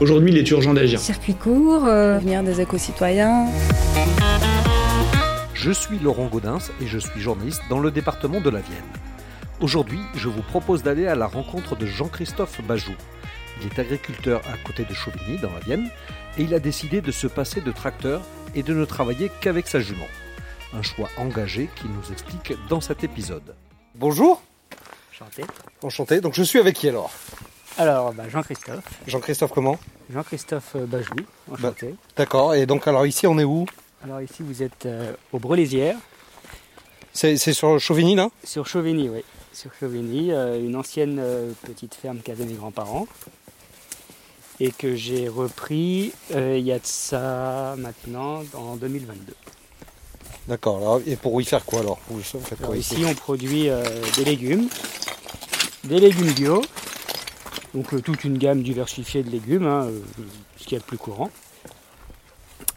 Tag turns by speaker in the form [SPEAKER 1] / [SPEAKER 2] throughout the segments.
[SPEAKER 1] Aujourd'hui, il est urgent d'agir.
[SPEAKER 2] Circuit court, euh, devenir des éco-citoyens.
[SPEAKER 3] Je suis Laurent Gaudens et je suis journaliste dans le département de la Vienne. Aujourd'hui, je vous propose d'aller à la rencontre de Jean-Christophe Bajou. Il est agriculteur à côté de Chauvigny, dans la Vienne, et il a décidé de se passer de tracteur et de ne travailler qu'avec sa jument. Un choix engagé qu'il nous explique dans cet épisode. Bonjour
[SPEAKER 4] Chanté.
[SPEAKER 3] Enchanté, donc je suis avec qui alors
[SPEAKER 4] Alors, bah, Jean-Christophe.
[SPEAKER 3] Jean-Christophe comment
[SPEAKER 4] Jean-Christophe euh, Bajou, enchanté.
[SPEAKER 3] D'accord, et donc alors ici on est où
[SPEAKER 4] Alors ici, vous êtes euh, au Brelésière,
[SPEAKER 3] C'est c'est sur Chauvigny là
[SPEAKER 4] sur Chauvigny, oui. Sur Chauvigny, euh, une ancienne euh, petite ferme qu'avaient mes grands-parents. Et que j'ai repris euh, il y a de ça maintenant, en 2022.
[SPEAKER 3] D'accord, alors, et pour y faire quoi alors Vous- vous faites
[SPEAKER 4] Alors
[SPEAKER 3] quoi
[SPEAKER 4] ici, on produit euh, des légumes, des légumes bio, donc euh, toute une gamme diversifiée de légumes, hein, euh, ce qui est le plus courant.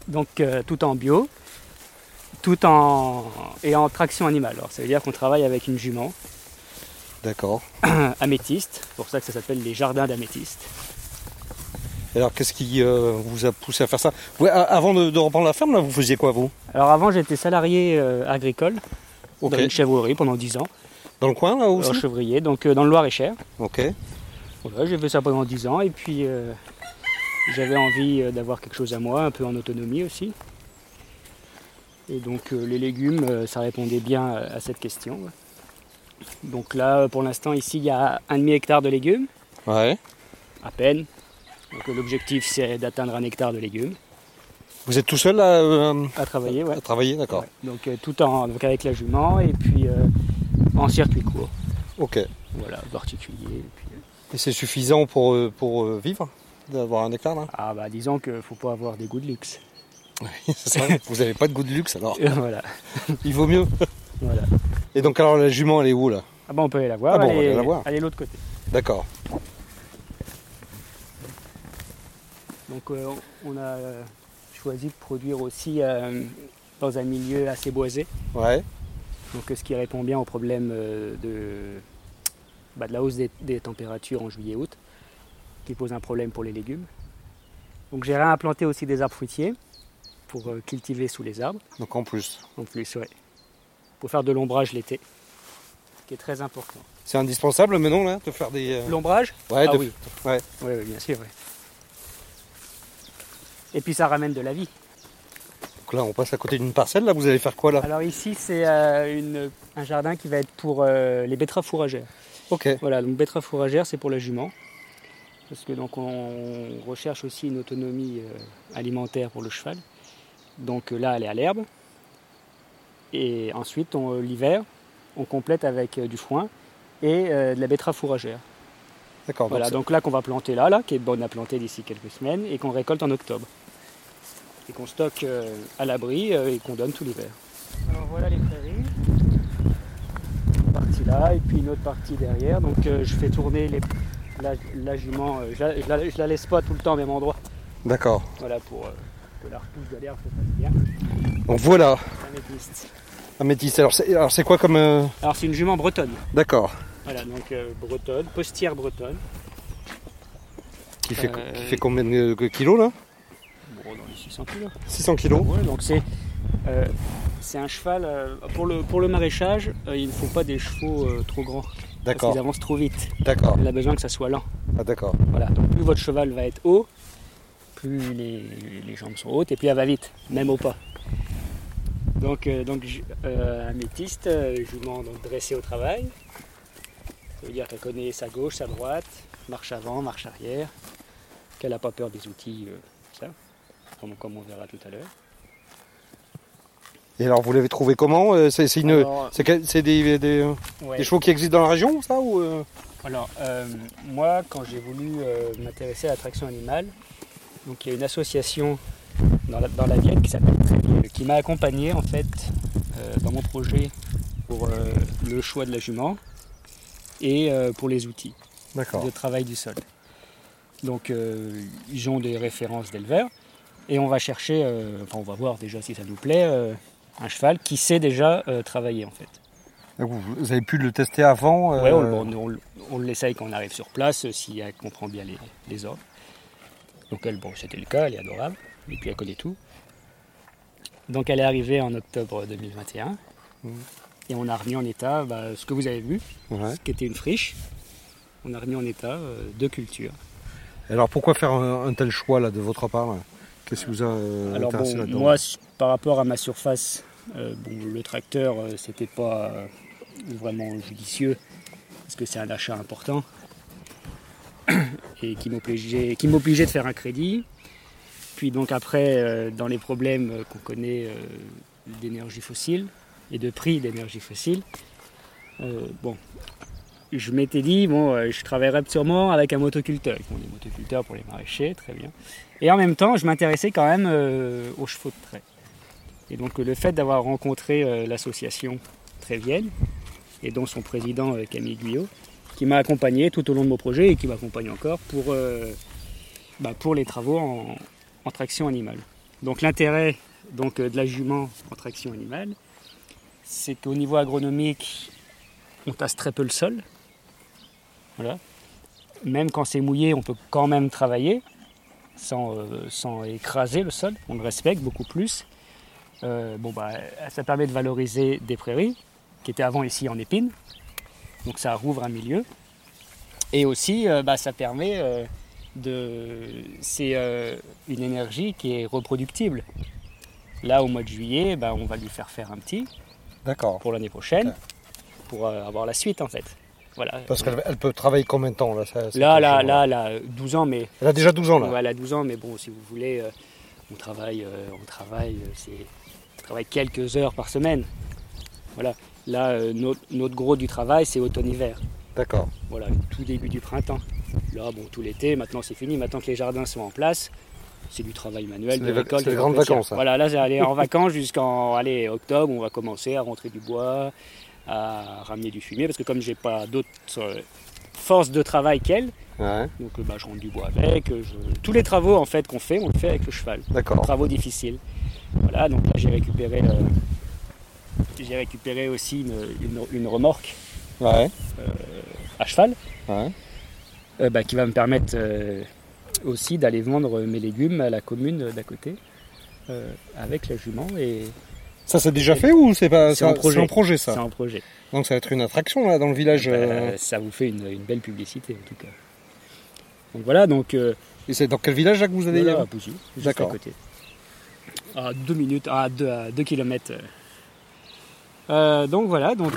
[SPEAKER 4] Donc euh, tout en bio, tout en et en traction animale. Alors ça veut dire qu'on travaille avec une jument
[SPEAKER 3] D'accord.
[SPEAKER 4] améthyste, pour ça que ça s'appelle les jardins d'améthyste.
[SPEAKER 3] Et Alors qu'est-ce qui euh, vous a poussé à faire ça Ouais, a- Avant de, de reprendre la ferme, là, vous faisiez quoi vous
[SPEAKER 4] Alors avant j'étais salarié euh, agricole
[SPEAKER 3] Ok.
[SPEAKER 4] dans une chèvrerie pendant 10 ans,
[SPEAKER 3] Dans le coin là aussi
[SPEAKER 4] en chevrier, donc euh, dans le Loir-et-Cher.
[SPEAKER 3] Ok.
[SPEAKER 4] Voilà, j'ai fait ça pendant 10 ans et puis euh, j'avais envie euh, d'avoir quelque chose à moi, un peu en autonomie aussi. Et donc euh, les légumes, euh, ça répondait bien euh, à à cette question. ouais. Donc là, euh, pour l'instant, ici, il y a un demi-hectare de légumes,
[SPEAKER 3] Ouais.
[SPEAKER 4] à peine. Donc euh, l'objectif, c'est d'atteindre un hectare de légumes
[SPEAKER 3] Vous êtes tout seul là euh,
[SPEAKER 4] à travailler, ouais.
[SPEAKER 3] à travailler D'accord.
[SPEAKER 4] Ouais. Donc euh, tout en, donc avec la jument et puis euh, en circuit court,
[SPEAKER 3] Ok. Et
[SPEAKER 4] voilà, particulier. Et puis, euh,
[SPEAKER 3] c'est suffisant pour, euh, pour euh, vivre D'avoir un hectare là
[SPEAKER 4] ah bah disons qu'il faut pas avoir des goûts de luxe.
[SPEAKER 3] C'est ça Vous n'avez pas de goût de luxe alors
[SPEAKER 4] voilà,
[SPEAKER 3] Il vaut mieux.
[SPEAKER 4] voilà.
[SPEAKER 3] Et donc alors la jument elle est où là
[SPEAKER 4] Ah bah on peut aller la voir.
[SPEAKER 3] Ah bon, on va
[SPEAKER 4] elle
[SPEAKER 3] aller
[SPEAKER 4] est-
[SPEAKER 3] la voir.
[SPEAKER 4] Elle est de l'autre côté.
[SPEAKER 3] D'accord.
[SPEAKER 4] Donc euh, on a euh, choisi de produire aussi euh, dans un milieu assez boisé,
[SPEAKER 3] Ouais.
[SPEAKER 4] donc euh, ce qui répond bien au problème euh, de, bah, de la hausse des, des températures en juillet-août, qui pose un problème pour les légumes. Donc j'ai réimplanté aussi des arbres fruitiers pour euh, cultiver sous les arbres,
[SPEAKER 3] Donc en plus.
[SPEAKER 4] en plus, ouais, pour faire de l'ombrage l'été, ce qui est très important.
[SPEAKER 3] C'est indispensable mais non là de faire des. euh,
[SPEAKER 4] L'ombrage
[SPEAKER 3] Ouais,
[SPEAKER 4] Ah
[SPEAKER 3] de-
[SPEAKER 4] oui.
[SPEAKER 3] ouais.
[SPEAKER 4] Oui, bien sûr. ouais. Et puis ça ramène de la vie.
[SPEAKER 3] Donc là on passe à côté d'une parcelle là, vous allez faire quoi là
[SPEAKER 4] Alors ici, c'est euh, une- un jardin qui va être pour euh, les betteraves fourragères.
[SPEAKER 3] Ok.
[SPEAKER 4] Voilà, donc betteraves fourragères, c'est pour la jument. Parce que donc on recherche aussi une autonomie euh, alimentaire pour le cheval. Donc euh, là, elle est à l'herbe. Et ensuite, on- euh, l'hiver, on complète avec euh, du foin et euh, de la betterave fourragère.
[SPEAKER 3] D'accord.
[SPEAKER 4] Voilà,
[SPEAKER 3] donc
[SPEAKER 4] donc là qu'on va planter là, là, qui est bonne à planter d'ici quelques semaines et qu'on récolte en octobre. Et qu'on stocke euh, à l'abri euh, et qu'on donne tout l'hiver. Alors voilà les prairies. Une partie là et puis une autre partie derrière. Donc euh, je fais tourner les, la, la jument, euh, je, la, je la- je la laisse pas tout le temps au même endroit.
[SPEAKER 3] c'est- D'accord.
[SPEAKER 4] Voilà pour euh, que la repousse de l'herbe se passe bien.
[SPEAKER 3] Donc voilà,
[SPEAKER 4] Ça m'existe.
[SPEAKER 3] améthyste. Alors c'est alors, c'est quoi comme euh,
[SPEAKER 4] Alors c'est une jument bretonne.
[SPEAKER 3] D'accord.
[SPEAKER 4] Voilà, donc euh, bretonne, postière bretonne.
[SPEAKER 3] Qui fait,
[SPEAKER 4] Euh,
[SPEAKER 3] qui fait combien de de kilos là
[SPEAKER 4] Bon, dans les 600 kilos.
[SPEAKER 3] 600 kilos.
[SPEAKER 4] Ouais, donc c'est euh, c'est un cheval euh, pour le pour le maraîchage, euh, il ne faut pas des chevaux euh, trop grands parce
[SPEAKER 3] D'accord.
[SPEAKER 4] qu'ils avancent trop vite.
[SPEAKER 3] D'accord.
[SPEAKER 4] On a besoin que ça soit lent.
[SPEAKER 3] Ah, d'accord.
[SPEAKER 4] Voilà. Donc plus votre cheval va être haut, plus les, les jambes sont hautes et plus elle va vite, même au pas. Donc euh, donc ju- euh, améthyste, euh, jument donc dressée au travail. Ça veut dire qu'elle connaît sa gauche, sa droite, marche avant, marche arrière, qu'elle n'a pas peur des outils, euh, ça, comme- comme on verra tout à l'heure.
[SPEAKER 3] Et alors vous l'avez trouvé comment Euh, C'est c'est une
[SPEAKER 4] Alors,
[SPEAKER 3] c'est que- c'est des, des, euh,
[SPEAKER 4] ouais.
[SPEAKER 3] des chevaux qui existent dans la région ça ou euh
[SPEAKER 4] Alors, euh, moi, quand j'ai voulu euh, m'intéresser à la traction animale, donc il y a une association dans la, dans la Vienne qui s'appelle Trévier, qui m'a accompagné en fait euh, dans mon projet pour euh, le choix de la jument et euh, pour les outils
[SPEAKER 3] D'accord.
[SPEAKER 4] de travail du sol. Donc euh, ils ont des références d'éleveurs et on va chercher, euh, enfin on va voir déjà si ça nous plaît, euh, un cheval qui sait déjà euh, travailler en fait.
[SPEAKER 3] Donc, Vous, vous avez pu le tester avant
[SPEAKER 4] Ouais,
[SPEAKER 3] euh,
[SPEAKER 4] on, le- on le- on l'essaye quand on arrive sur place, euh, si elle comprend bien les, les ordres. Donc elle, bon, c'était le cas, elle est adorable, et puis elle connaît tout. Donc elle est arrivée en octobre 2021,
[SPEAKER 3] Mhm.
[SPEAKER 4] et on a remis en état bah, ce que vous avez vu,
[SPEAKER 3] Ouais.
[SPEAKER 4] ce qui était une friche. On a remis en état euh, deux cultures.
[SPEAKER 3] Alors pourquoi faire un, un tel choix là de votre part là Qu'est-ce qui vous a euh,
[SPEAKER 4] Alors
[SPEAKER 3] intéressé
[SPEAKER 4] bon,
[SPEAKER 3] là-dedans
[SPEAKER 4] moi, s- par rapport à ma surface, euh, bon, le tracteur, euh, c'était pas euh, vraiment judicieux, parce que c'est un achat important, et qui m'obligeait, qui m'obligeait de faire un crédit. Puis donc après, euh, dans les problèmes euh, qu'on connaît euh, d'énergie fossile, et de prix d'énergie fossile, euh, bon, je m'étais dit, bon, euh, je travaillerais sûrement avec un motoculteur. Ils font des motoculteurs pour les maraîchers, très bien. Et en même temps, je m'intéressais quand même euh, aux chevaux de trait. Et donc euh, le fait d'avoir rencontré euh, l'association Trévienne, et dont son président euh, Camille Guyot, qui m'a accompagné tout au long de mon projet et qui m'accompagne encore pour, euh, bah, pour les travaux en, en traction animale. Donc l'intérêt donc, euh, de la jument en traction animale, c'est qu'au niveau agronomique, on tasse très peu le sol. Voilà. Même quand c'est mouillé, on peut quand même travailler sans, euh, sans écraser le sol, on le respecte beaucoup plus. Euh, bon, bah, ça permet de valoriser des prairies qui étaient avant ici en épines, donc ça rouvre un milieu. Et aussi, euh, bah, ça permet euh, de. C'est euh, une énergie qui est reproductible. Là, au mois de juillet, bah, on va lui faire faire un petit
[SPEAKER 3] D'accord.
[SPEAKER 4] pour l'année prochaine,
[SPEAKER 3] Ok.
[SPEAKER 4] pour euh, avoir la suite en fait. Voilà.
[SPEAKER 3] Parce qu'elle elle peut travailler combien de temps là ça- cette
[SPEAKER 4] là, là,
[SPEAKER 3] jument
[SPEAKER 4] là, là, 12 ans, mais
[SPEAKER 3] Elle a déjà 12 ans là.
[SPEAKER 4] Ouais, elle a 12 ans, mais bon, si vous voulez, euh, on travaille, euh, on travaille, euh, c'est, on travaille quelques heures par semaine. Voilà. Là, euh, notre, notre gros du travail, c'est automne-hiver.
[SPEAKER 3] D'accord.
[SPEAKER 4] Voilà, tout début du printemps. Là, bon, tout l'été, maintenant c'est fini. Maintenant que les jardins sont en place, c'est du travail
[SPEAKER 3] C'est
[SPEAKER 4] manuel, de
[SPEAKER 3] les vac-
[SPEAKER 4] récolte.
[SPEAKER 3] c'est les
[SPEAKER 4] de
[SPEAKER 3] grandes
[SPEAKER 4] l'entretien.
[SPEAKER 3] vacances, hein. ça.
[SPEAKER 4] Voilà, là, c'est aller en vacances jusqu'en allez, octobre. On va commencer à rentrer du bois, à ramener du fumier, parce que comme j'ai pas d'autres euh, forces de travail qu'elle,
[SPEAKER 3] Ouais.
[SPEAKER 4] donc euh, bah, je rentre du bois avec. euh, je- Tous les travaux en fait qu'on fait, on le fait avec le cheval.
[SPEAKER 3] D'accord.
[SPEAKER 4] Travaux difficiles. Voilà, donc là j'ai récupéré, euh, j'ai récupéré aussi une, une- une remorque
[SPEAKER 3] Ouais.
[SPEAKER 4] à cheval
[SPEAKER 3] Ouais.
[SPEAKER 4] euh, bah, qui va me permettre euh, aussi d'aller vendre mes légumes à la commune d'à côté euh, avec la jument et
[SPEAKER 3] Ça c'est déjà fait ou c'est pas
[SPEAKER 4] C'est en
[SPEAKER 3] ça-
[SPEAKER 4] projet.
[SPEAKER 3] C'est en projet
[SPEAKER 4] c'est
[SPEAKER 3] ça.
[SPEAKER 4] un projet.
[SPEAKER 3] Donc ça va être une attraction là dans le village. euh.
[SPEAKER 4] Euh, ça vous fait une, une belle publicité en tout cas. Donc voilà, donc euh,
[SPEAKER 3] Et c'est dans quel village là que vous allez
[SPEAKER 4] Voilà, à Pouzy, juste
[SPEAKER 3] D'accord.
[SPEAKER 4] à côté. À deux minutes, à deux, à deux kilomètres. Euh, donc voilà, donc,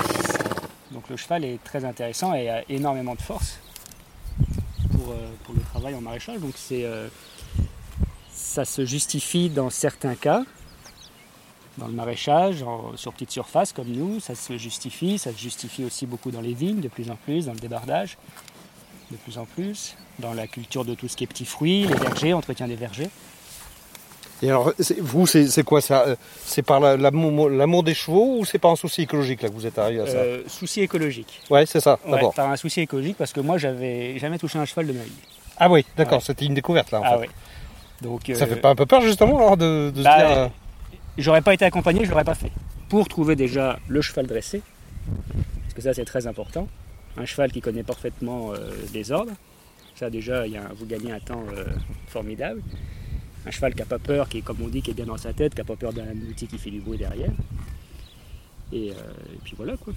[SPEAKER 4] donc le cheval est très intéressant et a énormément de force pour, euh, pour le travail en maraîchage. Donc c'est, euh, ça se justifie dans certains cas, dans le maraîchage, en- sur petite surface comme nous, ça se justifie. Ça se justifie aussi beaucoup dans les vignes, de plus en plus, dans le débardage, de plus en plus, dans la culture de tout ce qui est petits fruits, les vergers, entretien des vergers.
[SPEAKER 3] Et alors c'est- vous c'est c'est quoi ça euh, C'est par la- l'amour l'amour des chevaux ou c'est par un souci écologique là que vous êtes arrivé à ça Ah
[SPEAKER 4] Euh, souci écologique.
[SPEAKER 3] Ouais c'est ça.
[SPEAKER 4] Ouais,
[SPEAKER 3] D'abord.
[SPEAKER 4] par un souci écologique parce que moi j'avais jamais touché un cheval de ma vie.
[SPEAKER 3] Ah oui d'accord.
[SPEAKER 4] Ouais.
[SPEAKER 3] C'était une découverte là. En
[SPEAKER 4] Ah
[SPEAKER 3] fait.
[SPEAKER 4] ouais. Donc
[SPEAKER 3] Ça
[SPEAKER 4] euh,
[SPEAKER 3] fait pas un peu peur justement alors de, de
[SPEAKER 4] bah,
[SPEAKER 3] se dire. euh,
[SPEAKER 4] j'aurais pas été accompagné, je l'aurais pas fait. Pour trouver déjà le cheval dressé, parce que ça c'est très important, un cheval qui connaît parfaitement euh, les ordres, ça déjà il y a un- vous gagnez un temps euh, formidable. Un cheval qui a pas peur, qui est comme on dit, qui est bien dans sa tête, qui a pas peur d'un outil qui fait du bruit derrière. Et, euh, et puis voilà quoi.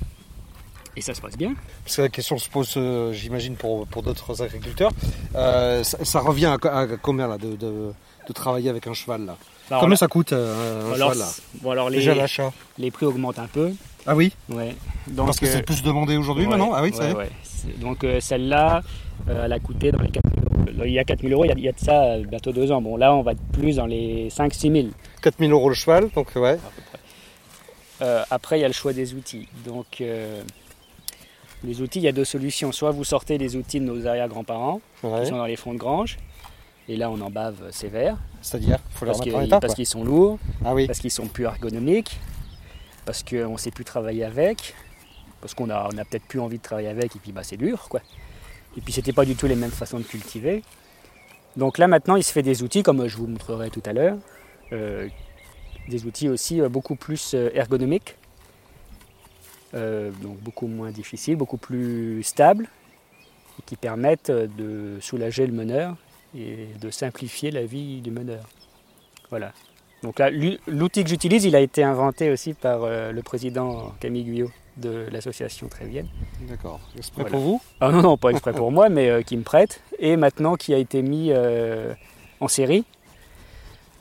[SPEAKER 4] Et ça se passe bien.
[SPEAKER 3] Parce que la question se pose, euh, j'imagine, pour, pour d'autres agriculteurs. Euh, ça, ça revient à, co- à combien là, de, de, de travailler avec un cheval là
[SPEAKER 4] Bah, alors
[SPEAKER 3] Combien
[SPEAKER 4] là-
[SPEAKER 3] ça coûte euh, un
[SPEAKER 4] alors,
[SPEAKER 3] cheval là
[SPEAKER 4] bon, alors, les,
[SPEAKER 3] Déjà l'achat.
[SPEAKER 4] les prix augmentent un peu.
[SPEAKER 3] Ah oui
[SPEAKER 4] Ouais. Donc,
[SPEAKER 3] Parce que
[SPEAKER 4] euh,
[SPEAKER 3] c'est plus demandé aujourd'hui
[SPEAKER 4] ouais,
[SPEAKER 3] maintenant Ah oui,
[SPEAKER 4] ouais,
[SPEAKER 3] ça y est.
[SPEAKER 4] ouais. C'est- Donc euh, celle-là, euh, elle a coûté dans les 4 000 euros. Il y a 4 000 euros, il y a, il y a de ça euh, bientôt deux ans. Bon, là, on va être plus dans les 5-6 000.
[SPEAKER 3] 4000 euros le cheval, donc ouais.
[SPEAKER 4] Euh, après, il y a le choix des outils. Donc, euh, les outils, il y a deux solutions. Soit vous sortez les outils de nos arrière-grands-parents,
[SPEAKER 3] ouais.
[SPEAKER 4] qui sont dans les fonds de grange, Et là, on en bave sévère
[SPEAKER 3] C'est-à-dire, faut les
[SPEAKER 4] Ah, parce
[SPEAKER 3] remettre
[SPEAKER 4] qu'ils
[SPEAKER 3] en état.
[SPEAKER 4] parce
[SPEAKER 3] quoi.
[SPEAKER 4] qu'ils sont lourds,
[SPEAKER 3] Ah oui.
[SPEAKER 4] parce qu'ils sont plus ergonomiques, parce qu'on ne sait plus travailler avec, parce qu'on a, on a peut-être plus envie de travailler avec, et puis bah, c'est dur. quoi. Et puis c'était pas du tout les mêmes façons de cultiver. Donc là maintenant il se fait des outils, comme euh, je vous montrerai tout à l'heure, euh, des outils aussi euh, beaucoup plus euh, ergonomiques, euh, donc beaucoup moins difficiles, beaucoup plus stables, et qui permettent euh, de soulager le meneur et de simplifier la vie du meneur. Voilà. Donc là, l'ou- l'outil que j'utilise, il a été inventé aussi par euh, le président Camille Guyot de l'association Trévienne.
[SPEAKER 3] D'accord. C'est
[SPEAKER 4] Voilà.
[SPEAKER 3] pour vous
[SPEAKER 4] Ah non, non, pas exprès pour moi, mais euh, qui me prête. Et maintenant qui a été mis euh, en série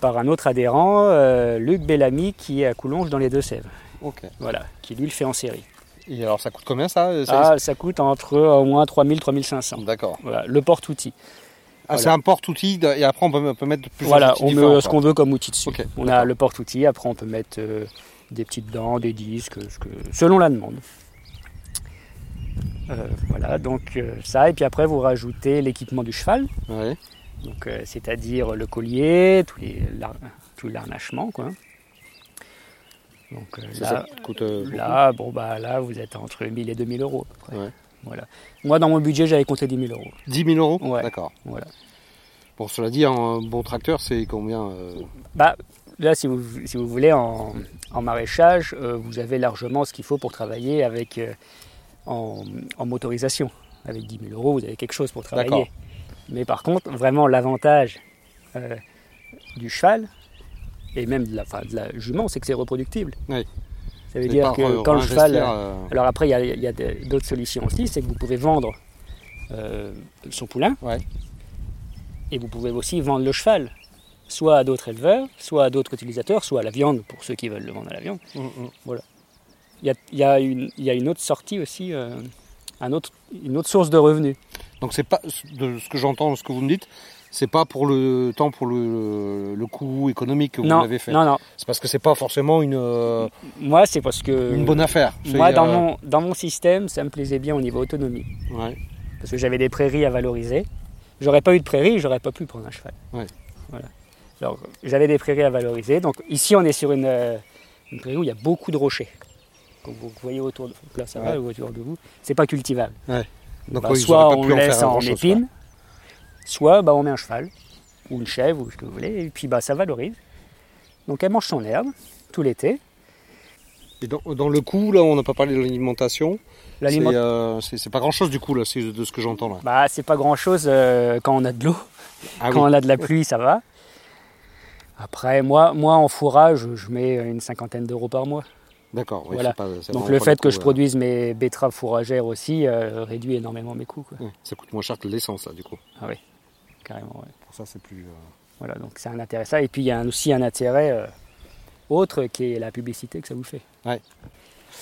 [SPEAKER 4] par un autre adhérent, euh, Luc Bellamy, qui est à Coulonges dans les Deux-Sèvres.
[SPEAKER 3] Ok.
[SPEAKER 4] Voilà, qui lui le fait en série.
[SPEAKER 3] Et alors, ça coûte combien ça, euh, ça
[SPEAKER 4] Ah, ça coûte entre euh, au moins 3000-3500.
[SPEAKER 3] D'accord.
[SPEAKER 4] Voilà, le porte-outil.
[SPEAKER 3] Ah,
[SPEAKER 4] Voilà.
[SPEAKER 3] c'est un porte-outil de- et après on peut, on peut mettre plusieurs
[SPEAKER 4] Voilà,
[SPEAKER 3] outils
[SPEAKER 4] on
[SPEAKER 3] différents,
[SPEAKER 4] met ce
[SPEAKER 3] quoi.
[SPEAKER 4] qu'on veut comme outil dessus.
[SPEAKER 3] Ok,
[SPEAKER 4] on a le porte-outil, après on peut mettre euh, des petites dents, des disques, ce que, selon la demande. Euh, voilà, donc euh, ça, et puis après vous rajoutez l'équipement du cheval.
[SPEAKER 3] Ouais.
[SPEAKER 4] Donc, euh, c'est-à-dire le collier, tous les lar- tout l'arnachement, quoi. Donc euh,
[SPEAKER 3] Ça,
[SPEAKER 4] là,
[SPEAKER 3] ça coûte euh, beaucoup.
[SPEAKER 4] là, bon bah là, vous êtes entre 1000 et 2000 euros à peu près.
[SPEAKER 3] Ouais.
[SPEAKER 4] Voilà. Moi, dans mon budget, j'avais compté 10 000 euros.
[SPEAKER 3] 10 000 euros
[SPEAKER 4] Ouais.
[SPEAKER 3] D'accord.
[SPEAKER 4] Voilà.
[SPEAKER 3] Bon, cela dit, un bon tracteur, c'est combien euh,
[SPEAKER 4] Bah, là, si vous, si vous voulez, en, en maraîchage, euh, vous avez largement ce qu'il faut pour travailler avec euh, en, en motorisation. Avec 10 000 euros, vous avez quelque chose pour
[SPEAKER 3] D'accord.
[SPEAKER 4] travailler. Mais par contre, vraiment, l'avantage euh, du cheval et même de la, enfin, de la jument, c'est que c'est reproductible.
[SPEAKER 3] Oui.
[SPEAKER 4] Ça veut
[SPEAKER 3] les
[SPEAKER 4] dire
[SPEAKER 3] parts,
[SPEAKER 4] que
[SPEAKER 3] euh,
[SPEAKER 4] quand le cheval.
[SPEAKER 3] réinvestir, euh,
[SPEAKER 4] Alors après, il y a- il y a, de- d'autres solutions aussi, c'est que vous pouvez vendre euh, son poulain.
[SPEAKER 3] Ouais.
[SPEAKER 4] Et vous pouvez aussi vendre le cheval, soit à d'autres éleveurs, soit à d'autres utilisateurs, soit à la viande, pour ceux qui veulent le vendre à la viande.
[SPEAKER 3] mm, mm.
[SPEAKER 4] Il y a, il y a une, il y a une autre sortie aussi, euh, un autre, une autre source de revenus.
[SPEAKER 3] Donc c'est pas de ce que j'entends, ce que vous me dites, c'est pas pour le temps pour le, le coût économique que vous
[SPEAKER 4] non,
[SPEAKER 3] l'avez fait.
[SPEAKER 4] non, non.
[SPEAKER 3] C'est parce que c'est pas forcément une euh,
[SPEAKER 4] Moi, c'est parce que...
[SPEAKER 3] une bonne affaire. C'est,
[SPEAKER 4] Euh, Moi, dans,
[SPEAKER 3] euh,
[SPEAKER 4] mon, dans mon système, ça me plaisait bien au niveau autonomie.
[SPEAKER 3] ouais.
[SPEAKER 4] parce que j'avais des prairies à valoriser. J'aurais pas eu de prairies, j'aurais pas pu prendre un cheval.
[SPEAKER 3] Ouais.
[SPEAKER 4] Voilà. Alors, j'avais des prairies à valoriser. Donc ici, on est sur une, euh, une prairie où il y a beaucoup de rochers. Comme vous voyez autour de là, ça va,
[SPEAKER 3] Ouais.
[SPEAKER 4] la voiture de vous, c'est pas cultivable.
[SPEAKER 3] Donc
[SPEAKER 4] Bah,
[SPEAKER 3] oui, ils
[SPEAKER 4] soit
[SPEAKER 3] auraient pas
[SPEAKER 4] on
[SPEAKER 3] pu en
[SPEAKER 4] laisse
[SPEAKER 3] faire
[SPEAKER 4] en
[SPEAKER 3] grand-chose, quoi.
[SPEAKER 4] épine, soit bah, on met un cheval ou une chèvre ou ce que vous voulez, et puis bah ça valorise. Donc elle mange son herbe tout l'été.
[SPEAKER 3] Et dans, dans le coût, là, on n'a pas parlé de l'alimentation. C'est
[SPEAKER 4] L'aliment,
[SPEAKER 3] euh, c'est- c'est pas grand-chose du coup là, c'est de ce que j'entends là.
[SPEAKER 4] bah c'est pas grand chose quand on a de l'eau.
[SPEAKER 3] Ah
[SPEAKER 4] Quand
[SPEAKER 3] oui.
[SPEAKER 4] on a de la pluie, ça va. Après, moi, moi en fourrage, je mets une cinquantaine d'euros par mois.
[SPEAKER 3] D'accord. oui,
[SPEAKER 4] Voilà.
[SPEAKER 3] c'est pas- c'est
[SPEAKER 4] Donc
[SPEAKER 3] vraiment
[SPEAKER 4] le
[SPEAKER 3] pas
[SPEAKER 4] fait
[SPEAKER 3] le
[SPEAKER 4] que
[SPEAKER 3] coût,
[SPEAKER 4] je
[SPEAKER 3] euh,
[SPEAKER 4] produise mes betteraves fourragères aussi euh, réduit énormément mes coûts, quoi.
[SPEAKER 3] ouais, Ça coûte moins cher que l'essence là, du coup.
[SPEAKER 4] carrément. ouais.
[SPEAKER 3] Pour ça, c'est plus. euh,
[SPEAKER 4] Voilà, donc c'est un intérêt ça. Et puis il y a un- aussi un intérêt euh, autre qui est la publicité que ça vous fait.
[SPEAKER 3] Ouais.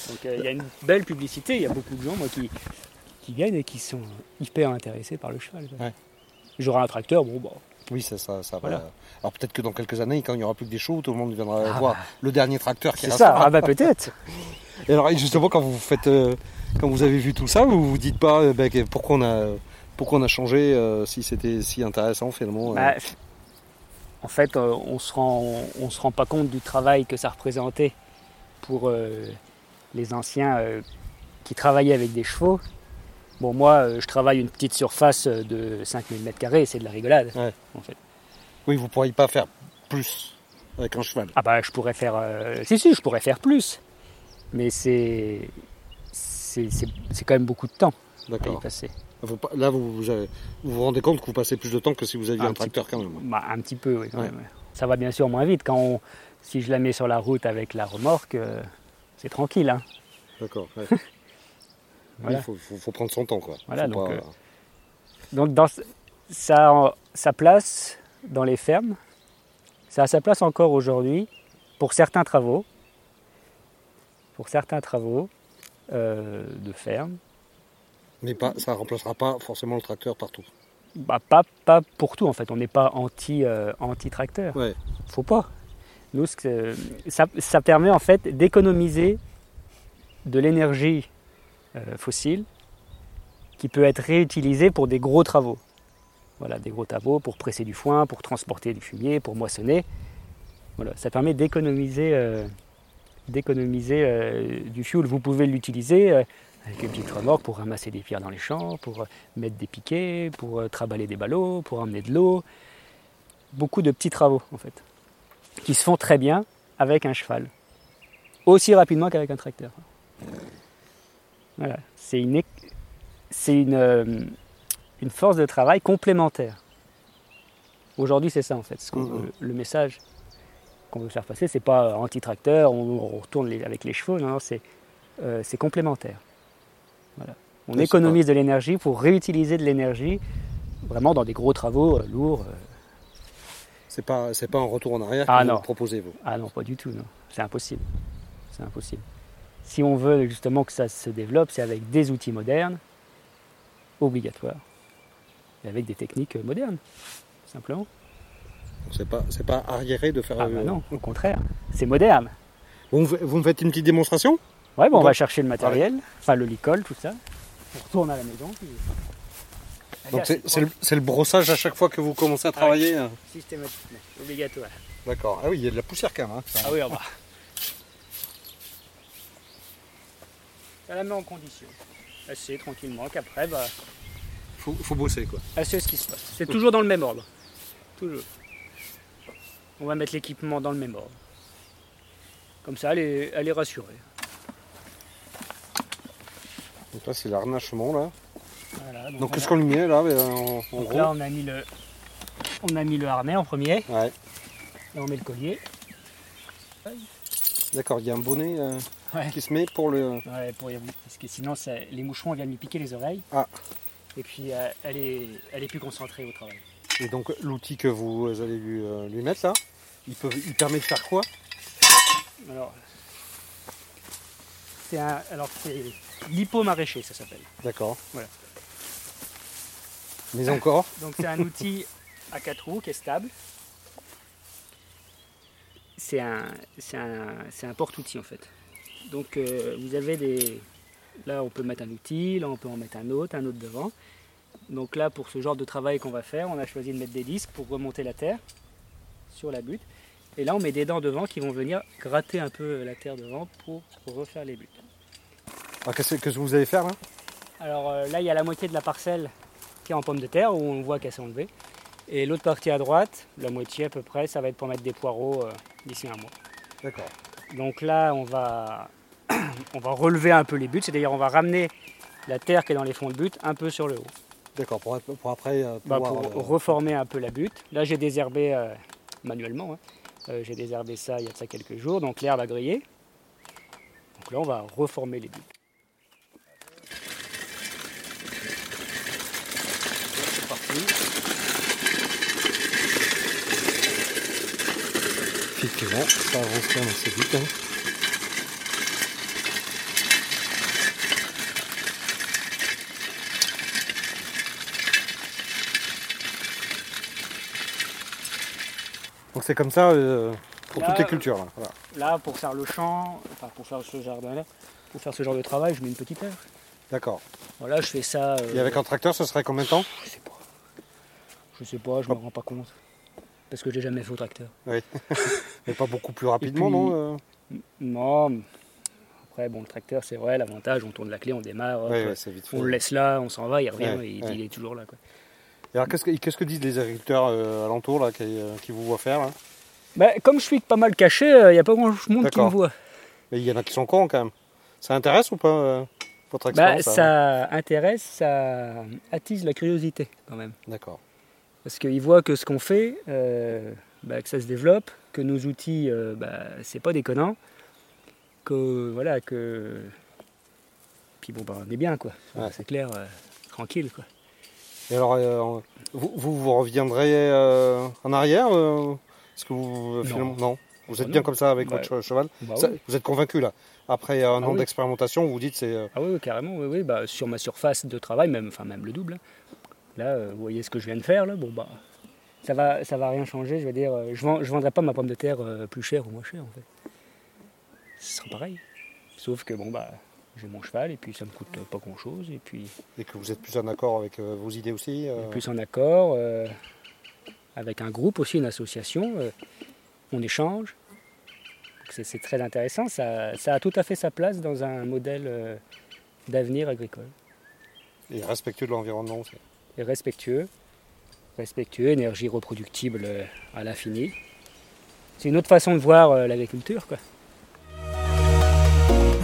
[SPEAKER 4] Donc euh, il y a une belle publicité, il y a beaucoup de gens moi, qui, qui viennent et qui sont hyper intéressés par le cheval. quoi.
[SPEAKER 3] Ouais.
[SPEAKER 4] J'aurai un tracteur, bon, bah,
[SPEAKER 3] Oui, ça, ça, ça va.
[SPEAKER 4] Voilà.
[SPEAKER 3] Alors peut-être que dans quelques années, quand il n'y aura plus que des shows, tout le monde viendra voir le dernier tracteur qui
[SPEAKER 4] Ah, bah. c'est
[SPEAKER 3] reste.
[SPEAKER 4] ça, ah bah peut-être.
[SPEAKER 3] Et alors et justement, quand vous faites, euh, quand vous avez vu tout ça, vous vous dites pas euh, ben, que- pourquoi on a, pourquoi on a changé, euh, si c'était si intéressant finalement. euh.
[SPEAKER 4] Bah, en fait, euh, on se rend, on, on se rend pas compte du travail que ça représentait pour euh, les anciens euh, qui travaillaient avec des chevaux. Bon, moi, euh, je travaille une petite surface euh, de 5000 mètres carrés, c'est de la rigolade,
[SPEAKER 3] Ouais.
[SPEAKER 4] en fait.
[SPEAKER 3] Oui, vous pourriez pas faire plus avec un cheval.
[SPEAKER 4] Ah bah, je pourrais faire, euh, si si, je pourrais faire plus, mais c'est, c'est, c'est- c'est quand même beaucoup de temps à y
[SPEAKER 3] D'accord.
[SPEAKER 4] passer.
[SPEAKER 3] Vous pa- Là, vous vous, avez- vous vous rendez compte que vous passez plus de temps que si vous aviez
[SPEAKER 4] Un
[SPEAKER 3] un,
[SPEAKER 4] petit
[SPEAKER 3] tracteur quand même.
[SPEAKER 4] Bah, un petit peu, oui, quand
[SPEAKER 3] Ouais.
[SPEAKER 4] même. Ça va bien sûr moins vite. Quand on- si je la mets sur la route avec la remorque, euh, c'est tranquille. Hein.
[SPEAKER 3] D'accord. ouais.
[SPEAKER 4] Voilà.
[SPEAKER 3] Il faut, faut- faut prendre son temps quoi.
[SPEAKER 4] Voilà,
[SPEAKER 3] Faut
[SPEAKER 4] donc,
[SPEAKER 3] pas-
[SPEAKER 4] euh, Donc dans ce- ça a sa place dans les fermes, ça a sa place encore aujourd'hui pour certains travaux, pour certains travaux euh, de ferme.
[SPEAKER 3] Mais pas, ça remplacera pas forcément le tracteur partout.
[SPEAKER 4] Bah, pas, pas pour tout en fait, on n'est pas anti, euh, anti-tracteur.
[SPEAKER 3] Ouais.
[SPEAKER 4] Faut pas. Nous, ce que- ça, ça permet en fait d'économiser de l'énergie euh, fossile qui peut être réutilisée pour des gros travaux. Voilà, des gros tabots pour presser du foin, pour transporter du fumier, pour moissonner. Voilà, ça permet d'économiser euh, d'économiser euh, du fioul. Vous pouvez l'utiliser euh, avec une petite remorque pour ramasser des pierres dans les champs, pour euh, mettre des piquets, pour euh, traballer des ballots, pour emmener de l'eau. Beaucoup de petits travaux en fait, qui se font très bien avec un cheval, aussi rapidement qu'avec un tracteur. Voilà, c'est une, é- c'est une, euh, une force de travail complémentaire. Aujourd'hui, c'est ça en fait, ce qu'on
[SPEAKER 3] Mhm.
[SPEAKER 4] veut- le message qu'on veut faire passer. C'est pas euh, anti-tracteur, on, on retourne les- avec les chevaux, non, non, c'est euh, c'est complémentaire. Voilà. On
[SPEAKER 3] Ouais, c'est
[SPEAKER 4] économise de l'énergie pour réutiliser de l'énergie vraiment dans des gros travaux euh, lourds. euh.
[SPEAKER 3] C'est pas, c'est pas un retour en arrière
[SPEAKER 4] Ah,
[SPEAKER 3] que
[SPEAKER 4] non.
[SPEAKER 3] vous proposez, vous.
[SPEAKER 4] Ah non, pas du tout, non. C'est impossible. C'est impossible. Si on veut justement que ça se développe, c'est avec des outils modernes, obligatoires, et avec des techniques euh, modernes, simplement.
[SPEAKER 3] C'est pas, c'est pas arriéré de faire.
[SPEAKER 4] Ah
[SPEAKER 3] euh,
[SPEAKER 4] bah non, au contraire, c'est moderne.
[SPEAKER 3] Vous, me fa- vous me faites une petite démonstration
[SPEAKER 4] Ouais, bon, on
[SPEAKER 3] Bon.
[SPEAKER 4] va chercher le matériel, enfin le licol, tout ça. On retourne à la maison. puis- Elle est
[SPEAKER 3] Donc
[SPEAKER 4] assez
[SPEAKER 3] c'est, c'est le,
[SPEAKER 4] proche,
[SPEAKER 3] c'est le brossage à chaque fois que vous commencez à
[SPEAKER 4] Ah,
[SPEAKER 3] travailler. hein.
[SPEAKER 4] systématiquement, obligatoire.
[SPEAKER 3] D'accord. Ah oui, il y a de la poussière quand même. hein.
[SPEAKER 4] Ah oui, on va. Ça la met en condition. Elle sait tranquillement qu'après, bah,
[SPEAKER 3] Faut, faut bosser quoi.
[SPEAKER 4] elle sait ce qui se passe. C'est toujours dans le même ordre. Toujours. On va mettre l'équipement dans le même ordre. Comme ça, elle est, elle est rassurée.
[SPEAKER 3] Donc là c'est l'arnachement là.
[SPEAKER 4] Voilà,
[SPEAKER 3] Donc
[SPEAKER 4] on a-
[SPEAKER 3] ce qu'on lui met là, euh, en, en
[SPEAKER 4] donc
[SPEAKER 3] gros.
[SPEAKER 4] là, on a mis le, on a mis le harnais en premier.
[SPEAKER 3] Ouais.
[SPEAKER 4] Là, on met le collier.
[SPEAKER 3] D'accord, il y a un bonnet euh,
[SPEAKER 4] Ouais.
[SPEAKER 3] qui se met pour le.
[SPEAKER 4] Ouais, pour y- parce que sinon, ça- les moucherons viennent lui piquer les oreilles.
[SPEAKER 3] Ah.
[SPEAKER 4] Et puis, euh, elle est, elle est plus concentrée au travail.
[SPEAKER 3] Et donc l'outil que vous allez lui, euh, lui mettre là, il, peut, il permet de faire quoi
[SPEAKER 4] Alors, c'est un, alors c'est l'hypomaraicher, ça s'appelle.
[SPEAKER 3] D'accord.
[SPEAKER 4] Voilà.
[SPEAKER 3] Mais encore.
[SPEAKER 4] Donc c'est un outil à quatre roues qui est stable. C'est un, c'est un, c'est un porte-outil en fait. Donc euh, vous avez des, là on peut mettre un outil, là on peut en mettre un autre, un autre devant. Donc là pour ce genre de travail qu'on va faire, on a choisi de mettre des disques pour remonter la terre sur la butte. Et là on met des dents devant qui vont venir gratter un peu la terre devant pour refaire les buttes.
[SPEAKER 3] Ah, qu'est-ce que- qu'est-ce que vous allez faire là
[SPEAKER 4] Alors euh, là, il y a la moitié de la parcelle qui est en pomme de terre, où on voit qu'elle s'est enlevée. Et l'autre partie à droite, la moitié à peu près, ça va être pour mettre des poireaux euh, d'ici un mois.
[SPEAKER 3] D'accord.
[SPEAKER 4] Donc là, on va, on va relever un peu les buttes, c'est-à-dire on va ramener la terre qui est dans les fonds de butte un peu sur le haut,
[SPEAKER 3] D'accord, pour, être- pour après euh,
[SPEAKER 4] Bah,
[SPEAKER 3] pouvoir,
[SPEAKER 4] pour
[SPEAKER 3] euh,
[SPEAKER 4] reformer un peu la butte. Là, j'ai désherbé euh, manuellement, hein. Euh, j'ai désherbé ça il y a de ça quelques jours, donc l'herbe a grillé. Donc là, on va reformer les buttes.
[SPEAKER 3] Effectivement, ça avance quand même assez vite. hein. Donc c'est comme ça euh, pour
[SPEAKER 4] Là,
[SPEAKER 3] toutes les
[SPEAKER 4] euh,
[SPEAKER 3] cultures. Là. Voilà.
[SPEAKER 4] Là, pour faire le champ, enfin pour faire ce jardin-là, pour faire ce genre de travail, je mets une petite heure.
[SPEAKER 3] D'accord.
[SPEAKER 4] Voilà, je fais ça. euh,
[SPEAKER 3] Et avec un tracteur, ça serait combien de temps
[SPEAKER 4] Je sais pas. Je sais pas, je me rends pas compte. Parce que j'ai jamais fait au tracteur.
[SPEAKER 3] Mais pas beaucoup plus rapidement,
[SPEAKER 4] puis-
[SPEAKER 3] non euh
[SPEAKER 4] Non. mais- Après, bon, le tracteur, c'est vrai, l'avantage, on tourne la clé, on démarre, hop,
[SPEAKER 3] Ouais, ouais, c'est vite fait.
[SPEAKER 4] on le laisse là, on s'en va, il revient,
[SPEAKER 3] Ouais,
[SPEAKER 4] et il,
[SPEAKER 3] ouais.
[SPEAKER 4] il est toujours là. Quoi.
[SPEAKER 3] Et alors qu'est-ce que, qu'est-ce que disent les agriculteurs euh, alentours là, qui, euh, qui vous voient faire là
[SPEAKER 4] Bah, comme je suis pas mal caché, il n'y a pas grand monde qui me
[SPEAKER 3] D'accord.
[SPEAKER 4] voit.
[SPEAKER 3] Mais il y en a qui sont cons quand même. Ça intéresse ou pas hein. euh, votre
[SPEAKER 4] Bah,
[SPEAKER 3] expérience
[SPEAKER 4] ça,
[SPEAKER 3] là
[SPEAKER 4] intéresse, ça attise la curiosité quand même.
[SPEAKER 3] D'accord.
[SPEAKER 4] Parce qu'ils voient que ce qu'on fait, euh, bah, que ça se développe, que nos outils, euh, bah, c'est pas déconnant, que voilà, que. Puis bon, bah, on est bien, quoi.
[SPEAKER 3] Ouais.
[SPEAKER 4] C'est clair, euh, tranquille, quoi.
[SPEAKER 3] Et alors, euh, vous, vous, vous reviendrez euh, en arrière euh, Est-ce que vous, euh, finalement, non Vous êtes
[SPEAKER 4] Ah
[SPEAKER 3] bien
[SPEAKER 4] non.
[SPEAKER 3] comme ça avec
[SPEAKER 4] Bah,
[SPEAKER 3] votre che- cheval
[SPEAKER 4] Bah
[SPEAKER 3] Ça,
[SPEAKER 4] oui.
[SPEAKER 3] Vous êtes convaincu là Après un
[SPEAKER 4] Ah
[SPEAKER 3] an
[SPEAKER 4] oui.
[SPEAKER 3] d'expérimentation, vous dites c'est. euh,
[SPEAKER 4] Ah oui, oui, carrément, oui, oui. Bah, sur ma surface de travail, même, enfin, même le double. hein. Là, euh, vous voyez ce que je viens de faire, là, bon, bah. Ça va, ça va rien changer, je veux dire, euh, je, vends, je vendrai pas ma pomme de terre euh, plus chère ou moins chère, en fait. Ce sera pareil. Sauf que, bon, bah, j'ai mon cheval et puis ça me coûte pas grand chose et puis
[SPEAKER 3] Et que vous êtes plus en accord avec euh, vos idées aussi
[SPEAKER 4] on
[SPEAKER 3] euh,
[SPEAKER 4] est plus en accord euh, avec un groupe aussi, une association. euh, on échange. Donc C'est c'est très intéressant. Ça, ça a tout à fait sa place dans un modèle euh, d'avenir agricole.
[SPEAKER 3] Et respectueux de l'environnement aussi.
[SPEAKER 4] Et respectueux, respectueux, énergie reproductible euh, à l'infini. C'est une autre façon de voir euh, l'agriculture, quoi.